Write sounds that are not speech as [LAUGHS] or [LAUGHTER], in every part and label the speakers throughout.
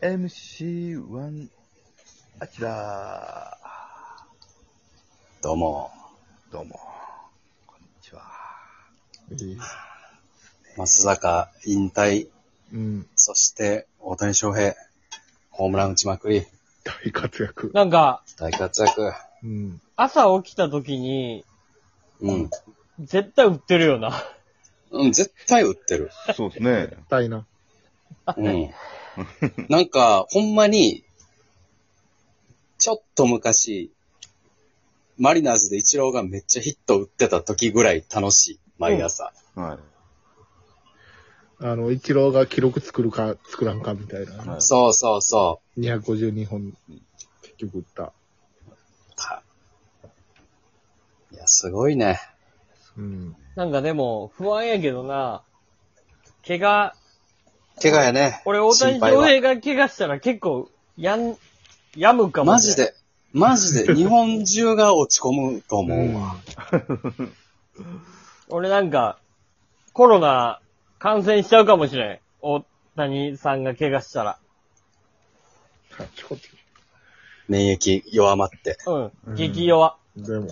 Speaker 1: 4MC1、あちら
Speaker 2: どうも、
Speaker 1: どうも、こんにちは。
Speaker 2: 松坂引退、
Speaker 3: うん。
Speaker 2: そして大谷翔平、ホームラン打ちまくり、
Speaker 3: 大活躍。
Speaker 4: なんか、
Speaker 2: 大活躍。
Speaker 3: うん。
Speaker 4: 朝起きた時に、
Speaker 2: うん。
Speaker 4: 絶対売ってるよな。 [LAUGHS]
Speaker 2: うん、絶対打ってる。
Speaker 1: そうですね。
Speaker 3: たいな。
Speaker 2: うん。なんか、ほんまに、ちょっと昔、マリナーズでイチローがめっちゃヒット打ってた時ぐらい楽しい、毎朝。
Speaker 1: は
Speaker 3: あの、イチローが記録作るか、作らんかみたい
Speaker 1: は
Speaker 3: な。
Speaker 1: い
Speaker 2: そうそうそ
Speaker 3: 252本、結局打った。
Speaker 2: う。たいや、すごいね。
Speaker 3: うん。
Speaker 4: なんかでも、不安やけどな、怪我、
Speaker 2: 怪我やね。
Speaker 4: 俺大谷
Speaker 2: 心配は
Speaker 4: 翔平が怪我したら結構、やん、やむかも、ね。
Speaker 2: マジ。で、マジで、日本中が落ち込むと思うわ。
Speaker 4: 俺なんか、コロナ感染しちゃうかもしれん。大谷さんが怪我したら。
Speaker 3: あちこち。
Speaker 2: 免疫弱まって。
Speaker 4: う。
Speaker 3: うんん
Speaker 4: 激弱。
Speaker 3: でも。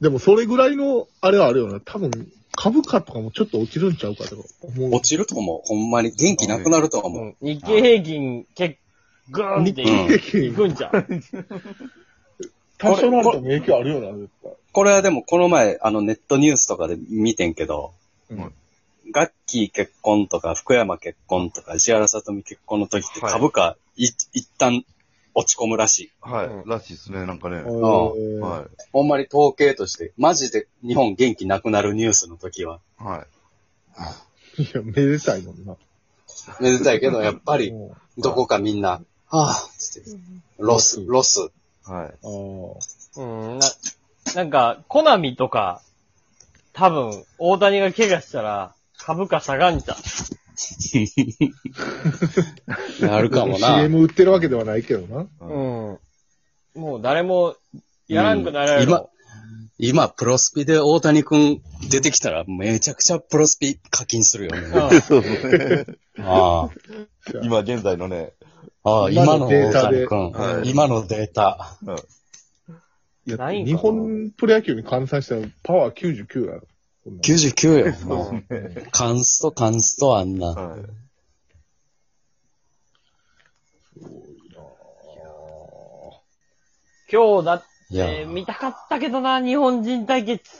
Speaker 3: でも、それぐらいの、あれはあるよな。多分、株価とかもちょっと落ちるんちゃうかと思う。
Speaker 2: 落ちると思う。ほんまに元気なくなると
Speaker 4: う
Speaker 2: 思う。
Speaker 4: ん。日経平均、結ぐーんっていくいくんちゃう。
Speaker 3: 多少のあるとも影響あるよな、絶対。
Speaker 2: これはでもこの前、あのネットニュースとかで見てんけど、
Speaker 3: うん
Speaker 2: ガッキー結婚とか、福山結婚とか、石原さとみ結婚の時って
Speaker 1: はい
Speaker 2: 株価、い一旦落ち込むらしい。
Speaker 1: い。はい。
Speaker 3: うん
Speaker 1: らしいですね、なんかね。は
Speaker 3: おー
Speaker 1: い。
Speaker 2: ほんまに統計として、マジで日本元気なくなるニュースの時は。
Speaker 1: はい
Speaker 3: や、めでたいもんな。
Speaker 2: めでたいけど、やっぱり、
Speaker 3: うんあ
Speaker 2: どこかみんな、はぁ、つって、ロス、ロス。
Speaker 1: い。はい。
Speaker 3: ー
Speaker 4: うん、な、なんか、コナミとか、多分、大谷が怪我したら、株価下がんじゃん。
Speaker 2: [LAUGHS] なるかもな。
Speaker 3: CM 売ってるわけではないけどな。
Speaker 4: うん。もう誰も、やらんくなられる、
Speaker 2: 今、今、プロスピで大谷くん出てきたら、めちゃくちゃプロスピ課金するよね。
Speaker 4: うん。
Speaker 1: そうですね。
Speaker 2: あ
Speaker 1: [LAUGHS] 今現在のね、
Speaker 2: あ、ああ、今
Speaker 3: 今
Speaker 2: の
Speaker 3: の
Speaker 2: 大
Speaker 3: データ
Speaker 2: 谷
Speaker 3: で
Speaker 2: く
Speaker 1: は
Speaker 2: ん。
Speaker 1: い
Speaker 2: 今のデータ。
Speaker 3: いや
Speaker 4: ないんか
Speaker 3: 日
Speaker 4: な
Speaker 3: 本プロ野球に換算したらパワー99やろ。そんな
Speaker 2: 99よ。
Speaker 4: う
Speaker 2: も
Speaker 4: ん
Speaker 2: うカンスト、カンスト、あんな。
Speaker 1: はい。
Speaker 4: 今日だっ
Speaker 2: いや、
Speaker 4: て、見たかったけどな、日本人対決。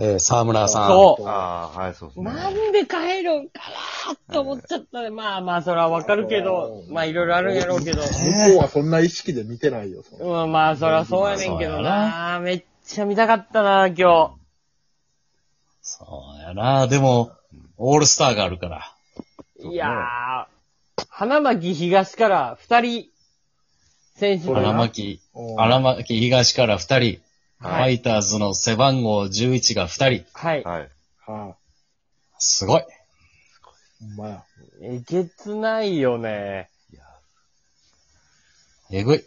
Speaker 2: えー、沢村さん。
Speaker 4: そ
Speaker 1: ああ、はい、そうですね。
Speaker 4: なんで帰るんかなーって思っちゃったね。まあまあ、それはわかるけど、まあいろいろあるんやろうけど。
Speaker 3: 向こうはそんな意識で見てないよ。その
Speaker 4: うん、まあそりゃそうやねんけどな、めっちゃ見たかったな、今日。
Speaker 2: そうやな。でも、オールスターがあるから。
Speaker 4: いやー、花巻東から二人、選手
Speaker 3: そうだ
Speaker 2: 荒
Speaker 3: な
Speaker 4: が、
Speaker 2: 牧、
Speaker 3: うん
Speaker 2: 荒牧東から2人、フ
Speaker 4: は
Speaker 2: ァ
Speaker 4: い、
Speaker 2: イターズの背番号11が2人。
Speaker 4: はい。
Speaker 1: はい。
Speaker 3: はあ、
Speaker 2: すごい。
Speaker 3: ほんまや。
Speaker 4: えげつないよね。
Speaker 2: えぐい。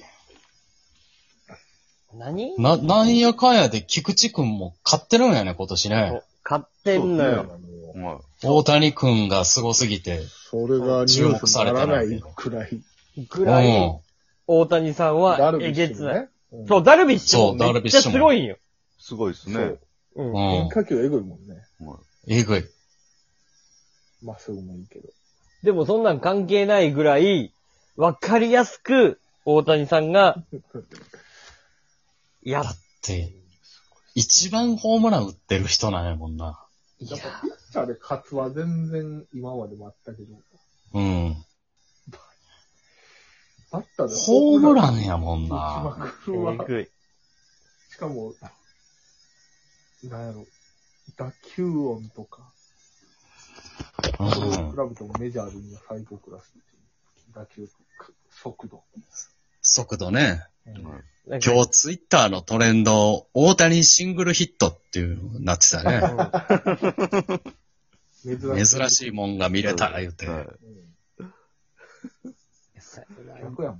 Speaker 4: 何
Speaker 2: な、なんやかんやで菊池くんも勝ってるんやね、今年ね
Speaker 4: そ。買ってんのよ。
Speaker 3: も
Speaker 1: は
Speaker 3: う
Speaker 1: い。
Speaker 2: 大谷くんが凄すぎて。
Speaker 3: それがニュースにならないくらい。
Speaker 4: ぐらい、
Speaker 2: う
Speaker 4: 大谷さん
Speaker 3: ダ
Speaker 4: は
Speaker 3: ル、ビ
Speaker 4: え
Speaker 3: ッシ
Speaker 4: げつ
Speaker 3: ュ
Speaker 4: ない。
Speaker 3: ね。うん
Speaker 4: そう、ダルビッシ
Speaker 2: そう
Speaker 4: ュも
Speaker 2: ダ
Speaker 4: め
Speaker 2: ルビ
Speaker 4: っ
Speaker 2: ッシュ
Speaker 4: ちゃ
Speaker 2: も
Speaker 4: すごいんよ。
Speaker 1: すごいですね。
Speaker 3: そ
Speaker 1: は
Speaker 3: う
Speaker 4: うん。
Speaker 2: ん。う
Speaker 3: 変
Speaker 2: ん。
Speaker 3: 化球エグいもんね。
Speaker 1: い
Speaker 2: えぐい。
Speaker 3: まっすぐもいいけど。
Speaker 4: でもそんなん関係ないぐらい、わかりやすく、大谷さんが、や
Speaker 2: だって、一番ホームラン打ってる人なんやもんな。
Speaker 4: い
Speaker 3: やっ
Speaker 4: や
Speaker 3: ぱピッチャーで勝つは全然今までもあったけど、
Speaker 2: うん。
Speaker 3: バッターで
Speaker 2: ホームラ
Speaker 3: ン
Speaker 2: ンやもん
Speaker 3: 打
Speaker 2: な
Speaker 3: ち。まく
Speaker 4: え
Speaker 3: るわ。
Speaker 4: ぐい。
Speaker 3: しかも、なんやろ、打球音とか。
Speaker 2: う
Speaker 3: それを比
Speaker 2: ん。
Speaker 3: べてもメジャーで今最高クラス。打球速度。
Speaker 2: 速度ね。
Speaker 4: なんか
Speaker 2: 今日ツイッターのトレンド、大谷シングルヒットっていうのなってたね。
Speaker 3: 珍
Speaker 2: 珍しいもんが見れた、言うて。
Speaker 1: はい
Speaker 2: [LAUGHS]
Speaker 3: 楽やもん。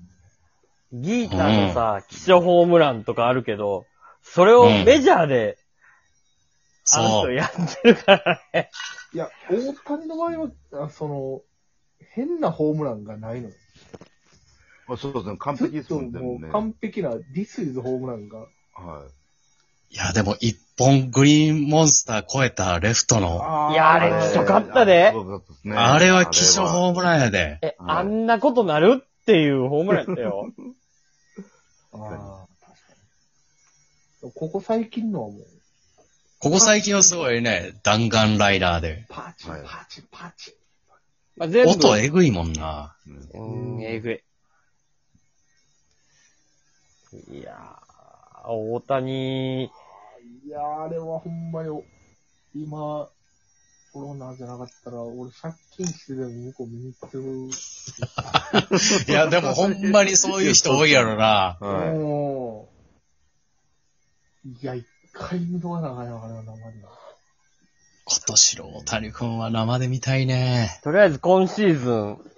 Speaker 4: ギーターのさ、基礎ホームランとかあるけど、それをメジャーで、あの
Speaker 2: そ
Speaker 4: 人
Speaker 2: う。
Speaker 4: やってるからね。
Speaker 3: いや、大谷の場合は、あその、
Speaker 5: 変なホームランがないのよ。
Speaker 1: まあ、そうですね。完
Speaker 5: ず
Speaker 1: 璧で
Speaker 5: っ
Speaker 1: すも
Speaker 5: と
Speaker 1: んね。
Speaker 5: も
Speaker 1: も
Speaker 5: う
Speaker 1: ね
Speaker 5: 完璧な This is ホームランが。
Speaker 1: はい
Speaker 2: や、でも一本グリーンモンスター超えたレフトの、
Speaker 5: あー
Speaker 4: いやあ
Speaker 1: い。
Speaker 4: れきつかったで
Speaker 1: あれすごかったですね
Speaker 2: あれは希少ホームランやで。
Speaker 4: え、
Speaker 1: はい
Speaker 4: あんなことなるっていうホームランやったよ。
Speaker 2: [LAUGHS]
Speaker 5: あー確かに。ここ最近のはもう、
Speaker 2: ここ最近はすごいね、弾丸ライダーで。
Speaker 5: パチン
Speaker 1: はい
Speaker 5: パチンパチン。
Speaker 4: まあ、全部。
Speaker 2: 音えぐいもんな。
Speaker 1: うん
Speaker 4: うん、えぐい。いやー、大谷、
Speaker 5: いやー、あれはほんまに、今、コロナじゃなかったら、俺借金してでも向こう見に行ってる。
Speaker 2: いや、でもほんまにそういう人多いやろな。
Speaker 1: はい。
Speaker 5: もういや、一回見とかなあかんよ、あれは生で。
Speaker 2: 今年の大谷君は生で見たいね。
Speaker 4: とりあえず今シーズン、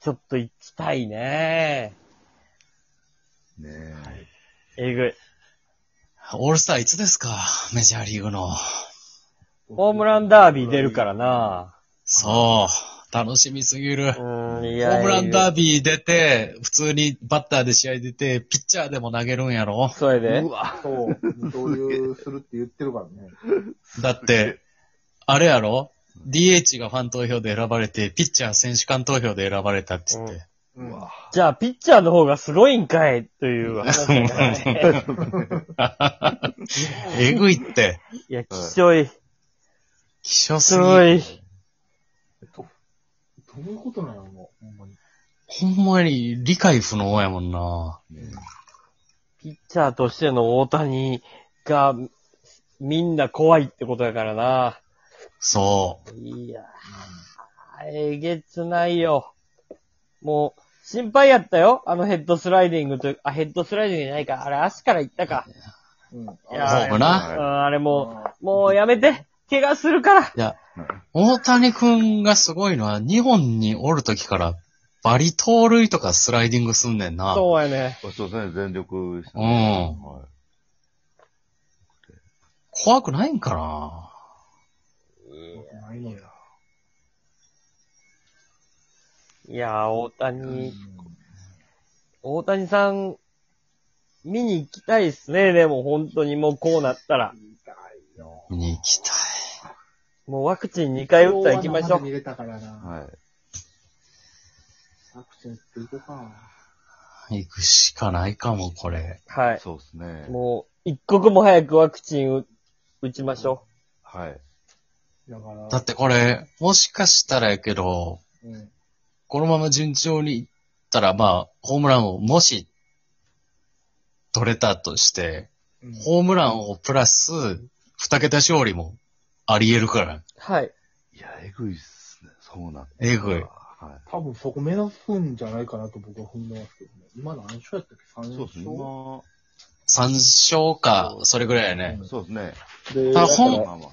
Speaker 4: ちょっと行きたいね
Speaker 1: ね
Speaker 4: えぐい。
Speaker 2: オールスターいつですかメジャーリーグの。
Speaker 4: ホームランダービー出るからな
Speaker 2: そう。楽しみすぎる。
Speaker 4: う
Speaker 2: ホ
Speaker 4: ん、いや。
Speaker 2: ームランダー
Speaker 4: ー
Speaker 2: ビー出て、普通にバッターで試合出て、ピッチャーでも投げるんやろ
Speaker 4: それで
Speaker 1: うわ。
Speaker 5: そう、二刀流するって言ってるからね。
Speaker 2: だって、あれやろ ?DH がファン投票で選ばれて、ピッチャー選手間投票で選ばれたって言って。
Speaker 5: うん。わ
Speaker 4: じゃあ、ピッチャーの方がすごいんかいという話だから
Speaker 2: [LAUGHS]
Speaker 4: ね
Speaker 2: えぐいって。
Speaker 4: いや、きしょい。
Speaker 2: 希少
Speaker 4: きし
Speaker 2: す
Speaker 4: ょ
Speaker 2: ぎ。
Speaker 4: い。
Speaker 5: どういうことなのもう、ほんまに。
Speaker 2: ほんまに理解不能やもんな。
Speaker 1: ね
Speaker 4: ピッチャーとしての大谷が、みんな怖いってことやからな。
Speaker 2: そ
Speaker 4: いやー、えげつないよ。もう、心配やったよ。あのヘッドスライディングと、あ、ヘッドスライディングじゃないか。あれ足から行ったか。
Speaker 5: うん。
Speaker 4: い
Speaker 2: フ
Speaker 4: や
Speaker 2: ォーム
Speaker 4: う
Speaker 2: な。
Speaker 4: ん、あれも
Speaker 5: あ
Speaker 4: う、もうやめて。怪我するから。
Speaker 2: いや、
Speaker 1: はい
Speaker 2: 大谷くんがすごいのは、日本におるときから、バリ盗塁とかスライディングすんねんな。
Speaker 4: そうやね。
Speaker 1: あそうですね、全力して、
Speaker 2: うん
Speaker 1: は
Speaker 2: 怖くないんかな
Speaker 5: ーないのよ。
Speaker 4: いやー、大谷、
Speaker 5: う
Speaker 4: 大谷さん、見に行きたいっすね。でも本当にもうこうなったら。
Speaker 5: ん痛いよ。
Speaker 2: 見に行きたい。
Speaker 4: もうワクチン2回打ったら行きましょ
Speaker 5: 今日は生で
Speaker 4: う。
Speaker 5: 見れたから
Speaker 1: い。
Speaker 5: な。
Speaker 1: はい。
Speaker 5: ワクチン打っていこうか。
Speaker 2: 行くしかないかも、これ。
Speaker 4: はい。
Speaker 1: そうですね。
Speaker 4: もう、一刻も早くワクチン打打ちましょ
Speaker 1: はい。
Speaker 5: だから。
Speaker 2: だってこれ、もしかしたらやけど、
Speaker 5: うん。
Speaker 2: このまま順調にいったら、まあ、ホームランをもし、取れたとして、
Speaker 5: うん
Speaker 2: ホームランをプラス、二桁勝利もあり得るから。
Speaker 4: う。はい。
Speaker 1: いや、えぐいっすね。そうなって。
Speaker 2: えぐい
Speaker 1: は
Speaker 5: 多分そこ目指すんじゃないかなと僕は踏んでますけどね。今何勝やったっけ ?3
Speaker 1: い。
Speaker 5: 勝。
Speaker 1: そうですね。今、
Speaker 2: 三勝か、それぐらいやね。
Speaker 1: そうですね。
Speaker 5: で、
Speaker 2: ただ
Speaker 5: だから
Speaker 2: 本
Speaker 1: まあま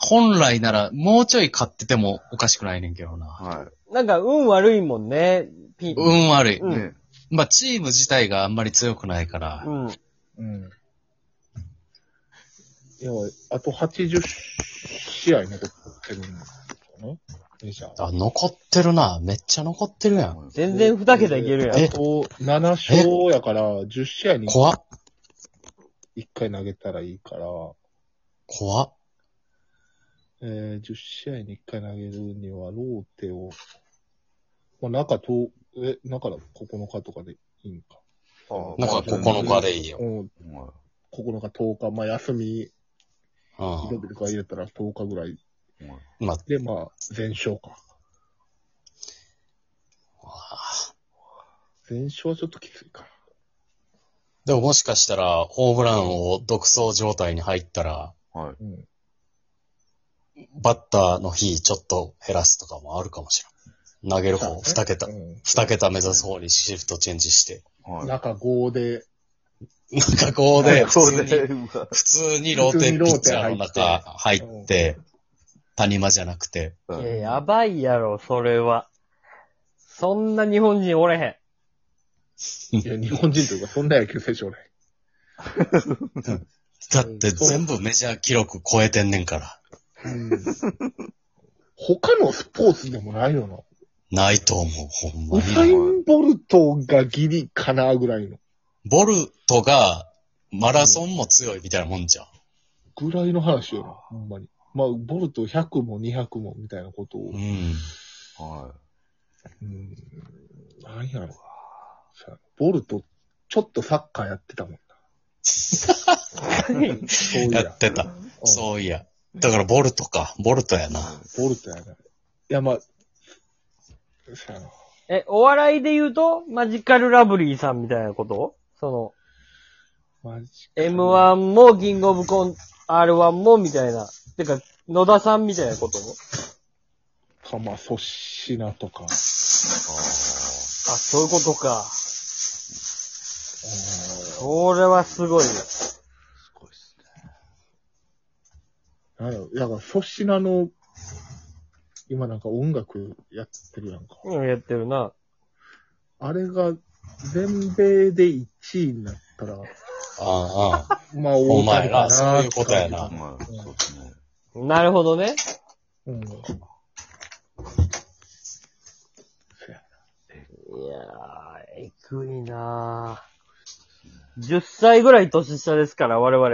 Speaker 2: 本来なら、もうちょい勝っててもおかしくないねんけど
Speaker 1: あ。
Speaker 2: な。
Speaker 1: は
Speaker 4: なんか、運悪いもんね。ピン。
Speaker 2: 運悪い。
Speaker 1: い。
Speaker 4: うん
Speaker 1: ね。
Speaker 2: まあ、チーム自体があんまり強くないから。
Speaker 4: うん。
Speaker 5: うん。
Speaker 3: いや、あと80試合残ってるんですよね。メジャー。
Speaker 2: あ、残ってるな。めっちゃ残ってるやん。
Speaker 1: 思います
Speaker 4: 全然二桁いけるやん。
Speaker 2: え
Speaker 3: あと7勝やから、10試合に
Speaker 2: 怖っ。
Speaker 3: 1回投げたらいいから、
Speaker 2: 怖っ。
Speaker 3: えー、10試合に1回投げるには、ローテを、まあ、中と、え、中だ、9日とかでいいんか。
Speaker 1: あ
Speaker 2: なんか9日でいいよ。
Speaker 3: うん、
Speaker 1: は
Speaker 3: 9日、10日、まあ、休み、
Speaker 2: う
Speaker 3: 土曜
Speaker 2: ん。
Speaker 3: 日とか入れたら10日ぐらい。
Speaker 1: いはい
Speaker 2: まあ、
Speaker 3: で、まあ、全勝か。全勝はちょっときついか。
Speaker 2: でももしかしたら、ホームランを独走状態に入ったら、
Speaker 1: はい。
Speaker 3: うん。
Speaker 2: バッターの日ちょっと減らすとかもあるかもしれん。投げる方、二桁
Speaker 3: う、ん
Speaker 2: 二桁目指す方にシフトチェンジして。
Speaker 1: はい。
Speaker 3: 中5で、
Speaker 2: なんかこうで、普通に、
Speaker 1: うわ
Speaker 2: 普通にローテンピッチャーの中入って、谷間じゃなくて。
Speaker 4: いや、やばいやろ、それは。そんな日本人おれへん。
Speaker 3: いや、日本人というか、そんな野球選手俺。
Speaker 2: だって全部メジャー記録超えてんねんから。
Speaker 3: 他のスポーツでもないよな。
Speaker 2: ないと思う、ほんま
Speaker 3: ウ
Speaker 2: に。
Speaker 3: サイン・ボルトがギリかなぐらいの、
Speaker 2: ボルトがマラソンも強いみたいなもんじゃん。
Speaker 3: ぐらいの話よな、ほんまに。まあ、ボルト100も200もみたいなことを
Speaker 2: う。ん。
Speaker 1: は
Speaker 3: うん、なんやろ。さボルト、ちょっとサッカーやって
Speaker 2: [LAUGHS]
Speaker 3: たもんな。そうい
Speaker 2: や
Speaker 3: や。
Speaker 2: ってた。
Speaker 3: うん
Speaker 2: そういや。だからボルトか。ボルトやな。
Speaker 3: ボルトやな。いや、まあ、そやな。
Speaker 4: え、お笑いで言うと、マジカルラブリーさんみたいなことその、
Speaker 3: マジ
Speaker 4: M1 も、キングオブコン、R1 も、みたいな。てか、野田さんみたいなことあ、
Speaker 3: か、まあ、粗品とか。
Speaker 4: そういうことか。
Speaker 3: う
Speaker 4: それはすごいよ。
Speaker 3: んなんやろ。いや、粗品の、今なんか音楽やってるやんか。
Speaker 4: うん、やってるな。
Speaker 3: あれが、全米で1位になったら、
Speaker 2: ああ、
Speaker 3: まあ、
Speaker 2: お
Speaker 3: 大
Speaker 2: 前
Speaker 3: 谷かな
Speaker 2: な、そういうことやな。
Speaker 1: い。まあ、そうですね。
Speaker 4: なるほどね。
Speaker 3: うん。そや
Speaker 4: いやー、えぐいなー。10歳ぐらい年下ですから、我々。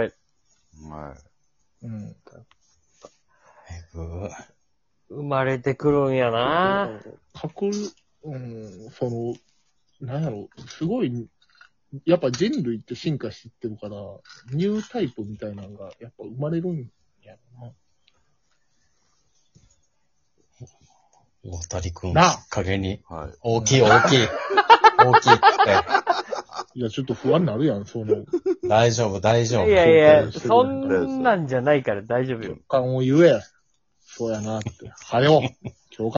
Speaker 1: は
Speaker 3: うん。
Speaker 2: うん
Speaker 4: 生まれてくるんやな
Speaker 3: かく、うん、その、なんやろ、すごい、やっぱ人類って進化してってるから、ニュータイプみたいなのが、やっぱ生まれるんやろ
Speaker 2: 大谷くん
Speaker 3: なあ、
Speaker 2: 陰に、
Speaker 1: い。はい。
Speaker 2: 大きい大
Speaker 4: [LAUGHS]
Speaker 2: きい、大きいっ
Speaker 3: な。いや、ちょっと不安になるやん、その、
Speaker 2: て。大丈夫、大丈夫。
Speaker 4: いやいや、そんなんじゃないから大丈夫よ。
Speaker 3: 感を言え。そうやなって。はよ。